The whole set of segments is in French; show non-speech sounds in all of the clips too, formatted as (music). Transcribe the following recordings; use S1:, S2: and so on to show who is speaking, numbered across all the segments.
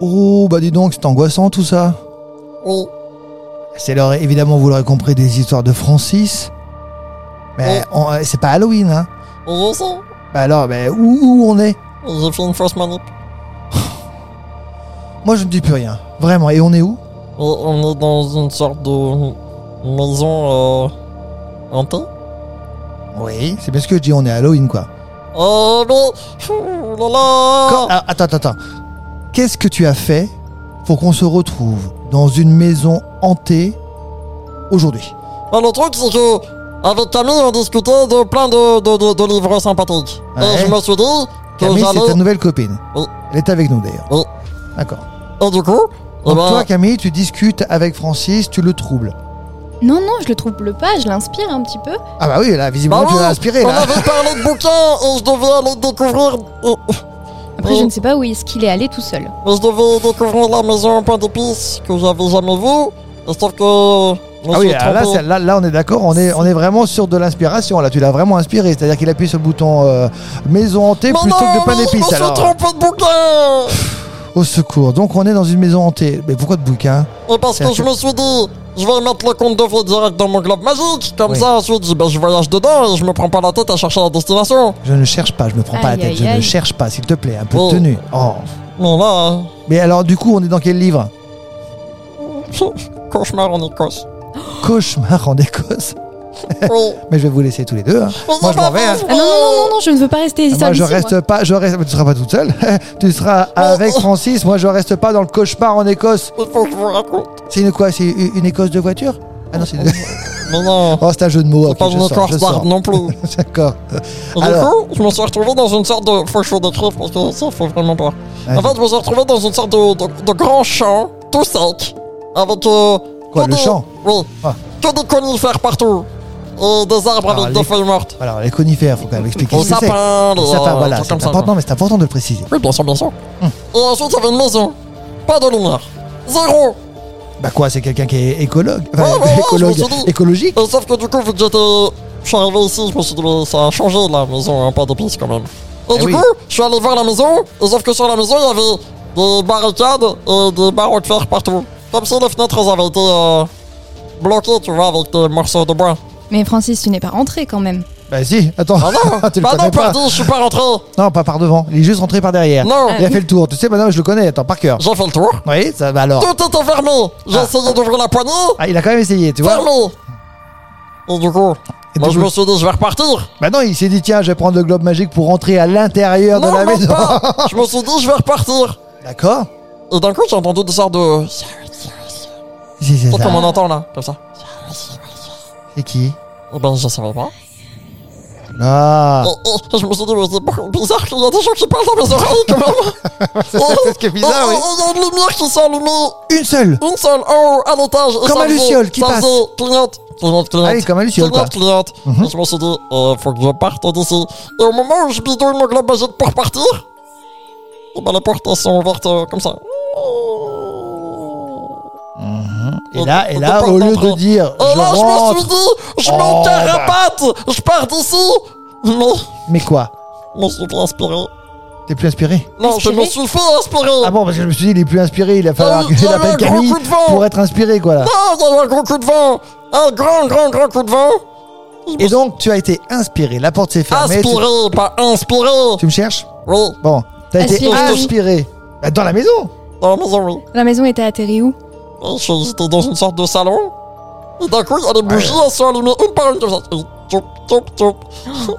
S1: Oh, bah dis donc, c'est angoissant tout ça.
S2: Oui,
S1: C'est l'heure, évidemment, vous l'aurez compris, des histoires de Francis. Mais
S2: Oh.
S1: on- euh, c'est pas Halloween, hein.
S2: je sais.
S1: Bah alors, bah, où, où on est
S2: J'ai fait une fausse manip.
S1: Moi, je ne dis plus rien. Vraiment, et on est où
S2: Et on est dans une sorte de maison euh, hantée.
S1: Oui. C'est parce que je dis on est à Halloween, quoi.
S2: Oh non Ouh là là
S1: Quand- ah, attends, attends, attends. Qu'est-ce que tu as fait pour qu'on se retrouve dans une maison hantée aujourd'hui
S2: Bah, le truc, c'est que, avec Camille, on discutait de plein de, de, de, de livres sympathiques.
S1: Ouais.
S2: Et je me suis dit que
S1: Camille, c'est
S2: j'allais.
S1: ta nouvelle copine.
S2: Oui.
S1: Elle est avec nous, d'ailleurs.
S2: Oui.
S1: D'accord.
S2: Et du coup, eh
S1: Donc
S2: ben,
S1: Oh, toi, Camille, tu discutes avec Francis, tu le troubles.
S3: Non, non, je le trouble pas, je l'inspire un petit peu.
S1: Ah bah oui, là, visiblement,
S2: bah
S1: tu
S2: oui,
S1: l'as inspiré,
S2: on
S1: là.
S2: avait parlé de bouquins et je devais aller découvrir.
S3: Après,
S2: Oh.
S3: je ne sais pas où est-ce qu'il est allé tout seul.
S2: Mais je devais découvrir la maison en point d'épices que j'avais jamais vue. Et sauf que. je me
S1: Ah oui,
S2: suis
S1: ah, là,
S2: trompé.
S1: c'est- là, là, on est d'accord, on est, on est vraiment sur de l'inspiration. Là, tu l'as vraiment inspiré. C'est-à-dire qu'il appuie sur le bouton euh, maison hantée
S2: Mais
S1: plutôt que
S2: non,
S1: de pain
S2: mais je me
S1: d'épices.
S2: suis
S1: Alors,
S2: trompé de bouquin
S1: au secours. Donc, on est dans une maison hantée. Mais pourquoi de bouquin
S2: Et parce
S1: C'est
S2: que je me suis dit, je vais mettre le compte de fée direct dans mon globe magique. Comme
S1: Oui.
S2: ça, ensuite, ben, je voyage dedans et je me prends pas la tête à chercher la destination.
S1: Je ne cherche pas, je me prends pas la
S3: Aïe,
S1: tête.
S3: aïe,
S1: je ne
S3: aïe.
S1: cherche pas, s'il te plaît, un peu
S2: Oh.
S1: de tenue. Oh.
S2: Mais là, (laughs)
S1: Mais alors, du coup, on est dans quel livre
S2: euh, cauchemar en
S1: (laughs)
S2: Écosse.
S1: Cauchemar en Écosse.
S2: Oui.
S1: Mais je vais vous laisser tous les deux. hein.
S2: Mais
S1: Moi,
S2: c'est
S1: je m'en
S2: pas
S1: vais. hein.
S2: vrai.
S3: Ah non, non, non, non, je ne veux pas rester
S1: Ah, Moi,
S3: seule
S1: je
S3: ici,
S1: reste
S3: moi.
S1: pas, je reste, tu seras pas toute seule. (laughs) tu seras avec
S2: oh.
S1: Francis. Moi, je reste pas dans le cauchemar en Écosse.
S2: Il faut que je vous raconte.
S1: C'est une quoi C'est une une Écosse de voiture Ah non, c'est une-
S2: Mais non.
S1: Oh, c'est un jeu de mots.
S2: C'est
S1: ok,
S2: pas
S1: je sors,
S2: une
S1: je
S2: Écosse
S1: sors.
S2: d'art non plus.
S1: (laughs) D'accord.
S2: Et
S1: Alors.
S2: Du coup, je me suis retrouvé dans une sorte de. Faut que je vous décrive parce que ça, faut vraiment pas.
S1: Vas-y.
S2: En fait, je me suis retrouvé dans une sorte de, de- de grand champ, tout sec, avec. euh,
S1: Quoi,
S2: que
S1: le
S2: des-
S1: champ
S2: Oui.
S1: Ah.
S2: Que des conifères partout. Et des arbres
S1: Alors,
S2: avec
S1: les-
S2: des feuilles mortes.
S1: Alors, les conifères, faut quand même expliquer
S2: Au
S1: ce que c'est.
S2: sapin,
S1: Le
S2: les-
S1: sapin,
S2: euh,
S1: voilà,
S2: trucs
S1: c'est
S2: comme ça,
S1: important, mais c'est important de le préciser.
S2: Oui, bien sûr, bien sûr.
S1: Hum.
S2: Et ensuite, il y avait une maison. Pas de lumière. Zéro.
S1: Bah quoi, c'est quelqu'un qui est écologue enfin,
S2: Ouais, ouais, ouais,
S1: écologue,
S2: je me suis dit.
S1: écologique
S2: Et Euh, sauf que du coup, vu que j'étais. Je suis arrivé ici, je me suis dit, mais ça a changé la maison, hein, pas d'épices quand même. Et
S1: Eh
S2: du
S1: oui.
S2: coup, je suis allé voir la maison, et sauf que sur la maison, il y avait des barricades et des barreaux de fer partout. Comme si les fenêtres elles avaient été euh, bloquées, tu vois, avec des morceaux de bois.
S3: Mais Francis, tu n'es pas rentré quand même.
S1: Bah si, attends,
S2: Ah non
S1: (laughs) tu le
S2: Bah
S1: connais
S2: non,
S1: pas
S2: pardon, je suis pas
S1: (laughs)
S2: rentré
S1: Non, pas par devant, il est juste rentré par derrière.
S2: Non
S1: Il a fait le tour, tu sais, maintenant je le connais, attends, par cœur.
S2: J'ai fait le tour.
S1: Oui, ça va alors.
S2: Tout était fermé J'ai
S1: Ah.
S2: essayé d'ouvrir la poignée,
S1: Ah, il a quand même essayé, tu vois.
S2: fermé Et du coup,
S1: Et
S2: moi,
S1: du
S2: je
S1: coup-
S2: me suis dit, je vais repartir
S1: Bah non, il s'est dit, tiens, je vais prendre le globe magique pour rentrer à l'intérieur de
S2: Non,
S1: Ah, la
S2: même
S1: maison.
S2: pas. Je me suis dit, je vais repartir.
S1: (laughs) D'accord
S2: Et d'un coup, j'ai entendu des sortes de.
S1: Si, c'est
S2: Tout comme
S1: ça.
S2: on entend là, comme ça.
S1: C'est qui
S2: Eh ben, je savais pas.
S1: Ah
S2: Et, et je me suis dit, mais c'est beaucoup bizarre qu'il y a des gens qui parlent dans mes oreilles quand
S1: (laughs)
S2: même.
S1: (laughs) C'est ce qui est bizarre,
S2: et,
S1: oui.
S2: et- et il y a une lumière qui s'est allumée.
S1: Une seule
S2: Une seule en haut, à l'étage. Et
S1: Comme
S2: ça
S1: un
S2: faisait-
S1: luciole qui
S2: ça
S1: passe.
S2: faisait Clignote, clignote, clignote.
S1: Ah oui, comme un luciole, Mhm.
S2: Clignote, clignote. Et je me suis dit, euh, faut que je parte d'ici. Et au moment où je bidouille mon globe magique pour partir, eh ben, les portes elles sont ouvertes euh, comme ça.
S1: Et là, et
S2: On
S1: là
S2: peut pas
S1: au lieu
S2: rentrer.
S1: de dire,
S2: Et
S1: je
S2: Oh, là, je me
S1: rentre,
S2: suis dit, je
S1: Oh,
S2: m'en
S1: bah.
S2: carapate, je pars d'ici. Mais,
S1: mais quoi
S2: mais je suis pas inspiré.
S1: T'es plus inspiré
S2: Non, je
S3: Inspiré
S2: me suis fait inspirer.
S1: Ah bon, parce que je me suis dit, il est plus inspiré, il a falloir
S2: Il y a eu-
S1: qu'il
S2: il y a eu
S1: appelle
S2: un Oh, gros
S1: Camille
S2: coup de vent.
S1: pour être inspiré, quoi. Là.
S2: Non, il y a eu un gros coup de vent. Un grand, grand, grand coup de vent.
S1: Et donc, tu as été inspiré, la porte s'est
S2: Ah,
S1: fermée. Tu,
S2: Aspiré, pas inspiré.
S1: tu me cherches
S2: Oui,
S1: Bon, t'as été
S3: Inspiré.
S1: inspiré. Bah, Dans la maison
S2: dans la maison, oui.
S3: La maison était atterrie où
S2: Et je- J'étais dans une sorte de salon. Et d'un coup, il y a des bougies, elles sont allumées une par une comme ça. Et Tchoup, tchoup, tchoup.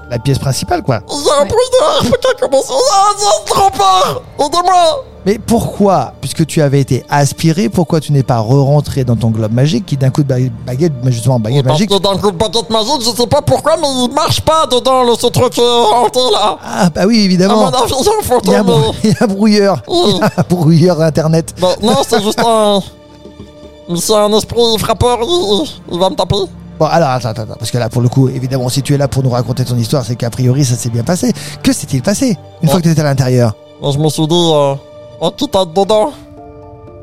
S1: La pièce principale, quoi.
S2: Il y a un
S3: Ouais.
S2: bruit de harpe qui a commencé. Ah, ça se trompe pas Aidez-moi
S1: Mais pourquoi, puisque tu avais été aspiré, pourquoi tu n'es pas re-rentré dans ton globe magique qui, d'un coup de ba- baguette, mais justement, baguette
S2: Parce
S1: magique
S2: que dans le coup de baguette magique, je sais pas pourquoi, mais il marche pas dedans, le, ce truc euh, hanté là.
S1: Ah, bah oui,
S2: À Oh,
S1: évidemment.
S2: mon avis, il
S1: Il y
S2: y a un
S1: a un
S2: fantôme.
S1: brou- il y a un brouilleur. (laughs)
S2: Oui.
S1: Il y a un brouilleur d'internet.
S2: Bah, non, c'est juste un. C'est un esprit frappeur, il, il va me taper.
S1: Bon, alors, attends, attends, attends, parce que là, pour le coup, évidemment, si tu es là pour nous raconter ton histoire, c'est qu'a priori, ça s'est bien passé. Que s'est-il passé une
S2: Oh.
S1: fois que tu étais à l'intérière
S2: Et je me suis dit, euh, oh, quitte à être dedans.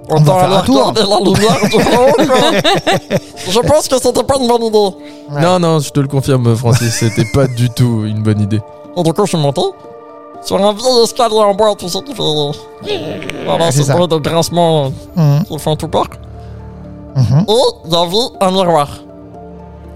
S1: On va
S2: Autant
S1: faire
S2: aller
S1: un tour.
S2: regarder la
S1: (laughs)
S2: lumière du haut, quoi. Je pense que c'était pas une bonne idée.
S1: Ouais.
S4: Non, non, je te le confirme, Francis, c'était pas du tout une bonne idée.
S2: Et du coup, je suis monté. sur un vieil escalier en bois, tout ça qui fait. Voilà,
S1: C'est
S2: c'est
S1: ça.
S2: bruit de grincement euh,
S1: Mhm,
S2: qui font tout peur.
S1: mhm.
S2: Et il y avait un miroir.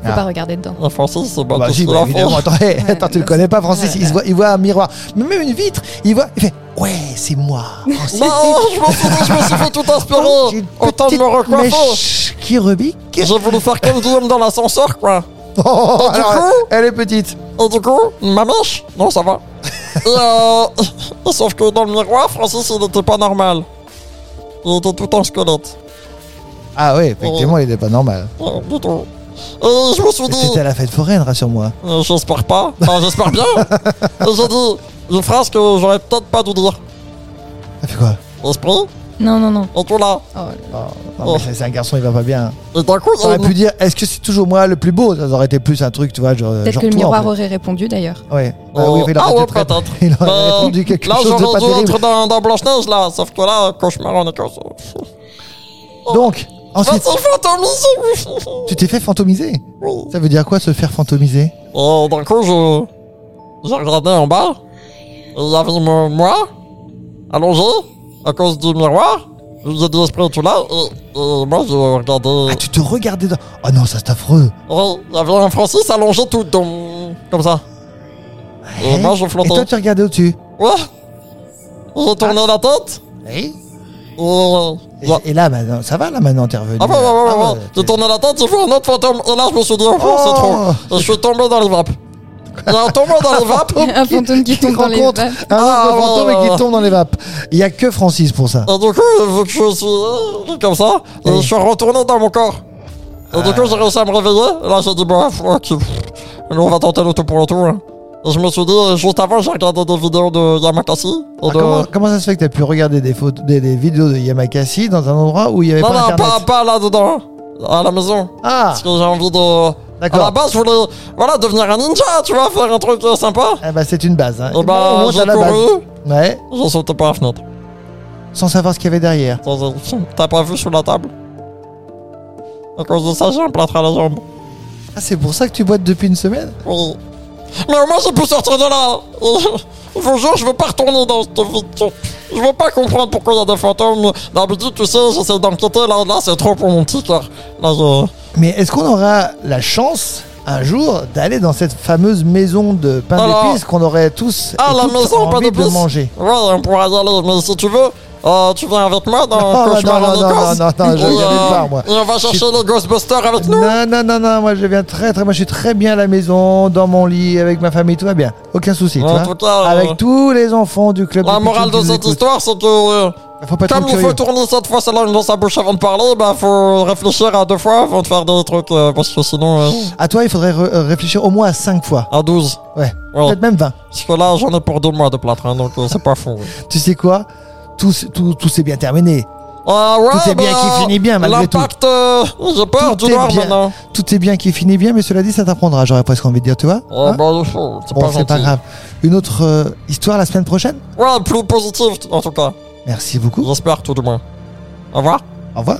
S3: Faut
S1: Ah.
S3: pas regarder dedans.
S2: Et Francis, bah,
S1: Bah,
S2: qu'est-ce
S1: si,
S2: qu'il
S1: bah,
S2: a fait
S1: évidemment. Attends, (laughs) hey,
S3: Ouais,
S1: attends, tu le
S3: bah,
S1: connais pas, Francis.
S3: ouais,
S1: il, se
S3: ouais.
S1: voit, il voit un miroir, mais même une vitre. Il voit, il fait Ouais, c'est moi. Francis.
S2: Non, je me suis dit, je me suis fait tout
S1: J'ai
S2: inspirer.
S1: une
S2: Autant de
S1: petite
S2: me recoiffer.
S1: mèche qui rebique.
S2: J'ai voulu faire comme Guillaume dans l'ascenseur, quoi.
S1: Oh,
S2: Et du
S1: alors,
S2: coup-
S1: elle est petite.
S2: Et du coup, ma mèche Non, ça va. Et euh, (laughs) Sauf que dans le miroir, Francis, il n'était pas normal. Il était tout en squelette.
S1: Ah ouais, effectivement, elle était pas normale.
S2: Euh, du tout. Et je me suis dit,
S1: C'était à la fête foraine, rassure-moi.
S2: euh, j'espère pas. Enfin,
S1: (laughs)
S2: j'espère bien. Et j'ai dit une phrase que j'aurais peut-être pas dû dire.
S1: Elle fait quoi
S2: Esprit,
S3: Non, non, non.
S2: et tout là.
S3: Oh,
S1: Oh, non, mais
S2: Oh.
S1: c'est- c'est un garçon, il va pas bien.
S2: Et d'un coup, euh, il y a
S1: T'aurais
S2: une-
S1: pu dire, est-ce que c'est toujours moi le plus beau Ça aurait été plus un truc, tu vois, genre.
S3: Peut-être
S1: genre
S3: que le
S1: toi, en
S3: miroir
S1: fait.
S3: aurait répondu d'ailleurs.
S1: Ouais. Bah oui,
S2: Oh.
S1: mais il aurait
S2: Ah ouais,
S1: peut-être-
S2: peut-être.
S1: (laughs) Il aurait
S2: Bah,
S1: répondu quelque
S2: là,
S1: chose de
S2: j'aurais
S1: pas
S2: dû
S1: terrible.
S2: être dans, dans Blanche-Neige, là. Sauf que là, cauchemar
S1: (laughs)
S2: en Ah, écosse.
S1: Donc, ensuite,
S2: c'est fantomisé
S1: tu t'es fait fantomiser.
S2: Oui. (laughs)
S1: Ça veut dire quoi se faire fantomiser
S2: Et Euh, d'un coup, je. J'ai regardé en bas. Et il y avait mo- moi, allongé, à cause du miroir. J'ai dit esprit tout là. Et, et euh, moi, je regardais.
S1: Ah, tu te regardais dans. Oh non, ça c'est affreux.
S2: Oui, il y avait un Francis allongé tout dans- comme ça. Et Euh, moi, je
S1: Et toi,
S2: flottais.
S1: tu regardais au-dessus.
S2: Ouais. J'ai tourné la tête.
S1: Oui.
S2: Et. euh,
S1: Et,
S2: il y a-
S1: et là, maintenant, ça va, là, maintenant, t'es revenu.
S2: Ah ouais, ouais, ouais, ouais, ouais.
S1: t'es-
S2: J'ai
S1: (laughs)
S2: tourné la tête, j'ai vu un autre fantôme, et là je me suis dit, oh,
S1: Oh.
S2: c'est trop. Et je suis tombé dans les vapes. Il y a un tombé dans les vapes,
S1: Oh,
S3: (laughs) Un fantôme qui tombe dans les
S1: rencontre
S3: vapes.
S1: Un
S2: Ah,
S1: autre
S2: ouais,
S1: fantôme
S2: ouais,
S1: et qui
S2: ouais.
S1: tombe dans les vapes. Il y a que Francis pour ça.
S2: et du coup, vu que je suis euh, comme ça, et
S1: Oui.
S2: je suis retourné dans mon corps. Et
S1: Ah.
S2: du coup, j'ai réussi à me réveiller, et là j'ai dit, bah, pff, ok, pff, nous on va tenter le tout pour le tout. hein. Et je me suis dit, euh, juste avant, j'ai regardé des vidéos de Yamakasi. Et
S1: Ah,
S2: de...
S1: comment, comment ça se fait que t'as pu regarder des, photos, des, des vidéos de Yamakasi dans un endroit où il y avait
S2: non,
S1: pas
S2: non,
S1: internet
S2: pas, pas là-dedans, hein, à la maison.
S1: Ah
S2: Parce que j'ai envie de. À
S1: D'accord.
S2: la base, je voulais voilà, devenir un ninja, tu vois, faire un truc euh, sympa.
S1: Ah bah c'est une base. Hein.
S2: Et
S1: Bon, on
S2: bah,
S1: monte à
S2: j'ai
S1: la base.
S2: couru,
S1: Ouais.
S2: j'ai sauté par la fenêtre.
S1: Sans savoir ce qu'il y avait derrière.
S2: T'as- t'as- T'as pas vu sous la table À cause de ça, j'ai un plâtre à la jambe.
S1: Ah c'est pour ça que tu boites depuis une semaine
S2: Oui. Mais au moins, j'ai pu sortir de là (laughs) Je vous jure, je veux pas retourner dans cette vie. Je veux pas comprendre pourquoi il y a des fantômes. D'habitude, tu sais, j'essaie d'enquêter. Là, là c'est trop pour mon petit cœur. Là, je...
S1: Mais est-ce qu'on aura la chance un jour d'aller dans cette fameuse maison de pain
S2: Alors-
S1: d'épices qu'on aurait tous et
S2: Ah, la
S1: toutes
S2: maison,
S1: envie
S2: pas de
S1: de
S2: plus.
S1: manger
S2: Ouais, on pourra y aller. Mais si tu veux, euh, tu viens avec moi
S1: (laughs)
S2: dans
S1: Non, non,
S2: Cauchemar
S1: Oh, non, non,
S2: en Écosse.
S1: non, non, non, je
S2: Et, euh,
S1: viens nulle part, moi.
S2: Et on va chercher les Ghostbusters avec nous.
S1: Non, non, non, non, moi je viens très très, moi je suis très bien à la maison, dans mon lit, avec ma famille, tout va bien, aucun souci, tu
S2: En
S1: vois.
S2: tout cas, euh,
S1: hein. Avec tous les enfants du club.
S2: La
S1: des
S2: morale
S1: petits qui
S2: de
S1: nous
S2: cette
S1: écoutent.
S2: histoire, c'est que... euh,
S1: Faut pas être
S2: Comme
S1: trop
S2: il
S1: curieux.
S2: faut tourner cette fois sa langue dans sa bouche avant de parler, bah faut réfléchir à deux fois avant de faire des trucs, euh, parce que sinon, euh,
S1: À toi, il faudrait re- euh, réfléchir au moins à 5 fois.
S2: à 12.
S1: Ouais.
S2: Ouais.
S1: Peut-être même 20.
S2: Parce que là, j'en ai pour deux mois de plâtre, hein, donc euh, c'est pas fou.
S1: Tu sais quoi Tout, s- tout, tout s'est bien terminé.
S2: Ah ouais,
S1: Tout est bien qui finit bien, malgré tout.
S2: L'impact, euh, j'ai peur
S1: Tout
S2: du
S1: est
S2: noir
S1: bien.
S2: maintenant.
S1: Tout est bien qui finit bien, mais cela dit, ça t'apprendra. J'aurais presque envie de dire, tu vois.
S2: Oh,
S1: Hein
S2: bah, pff, c'est
S1: bon,
S2: pas
S1: c'est
S2: gentil.
S1: pas grave. Une autre euh, histoire la semaine prochaine
S2: Ouais, plus positif, en tout cas.
S1: Merci beaucoup.
S2: J'espère, tout du moins. Au revoir.
S1: Au revoir.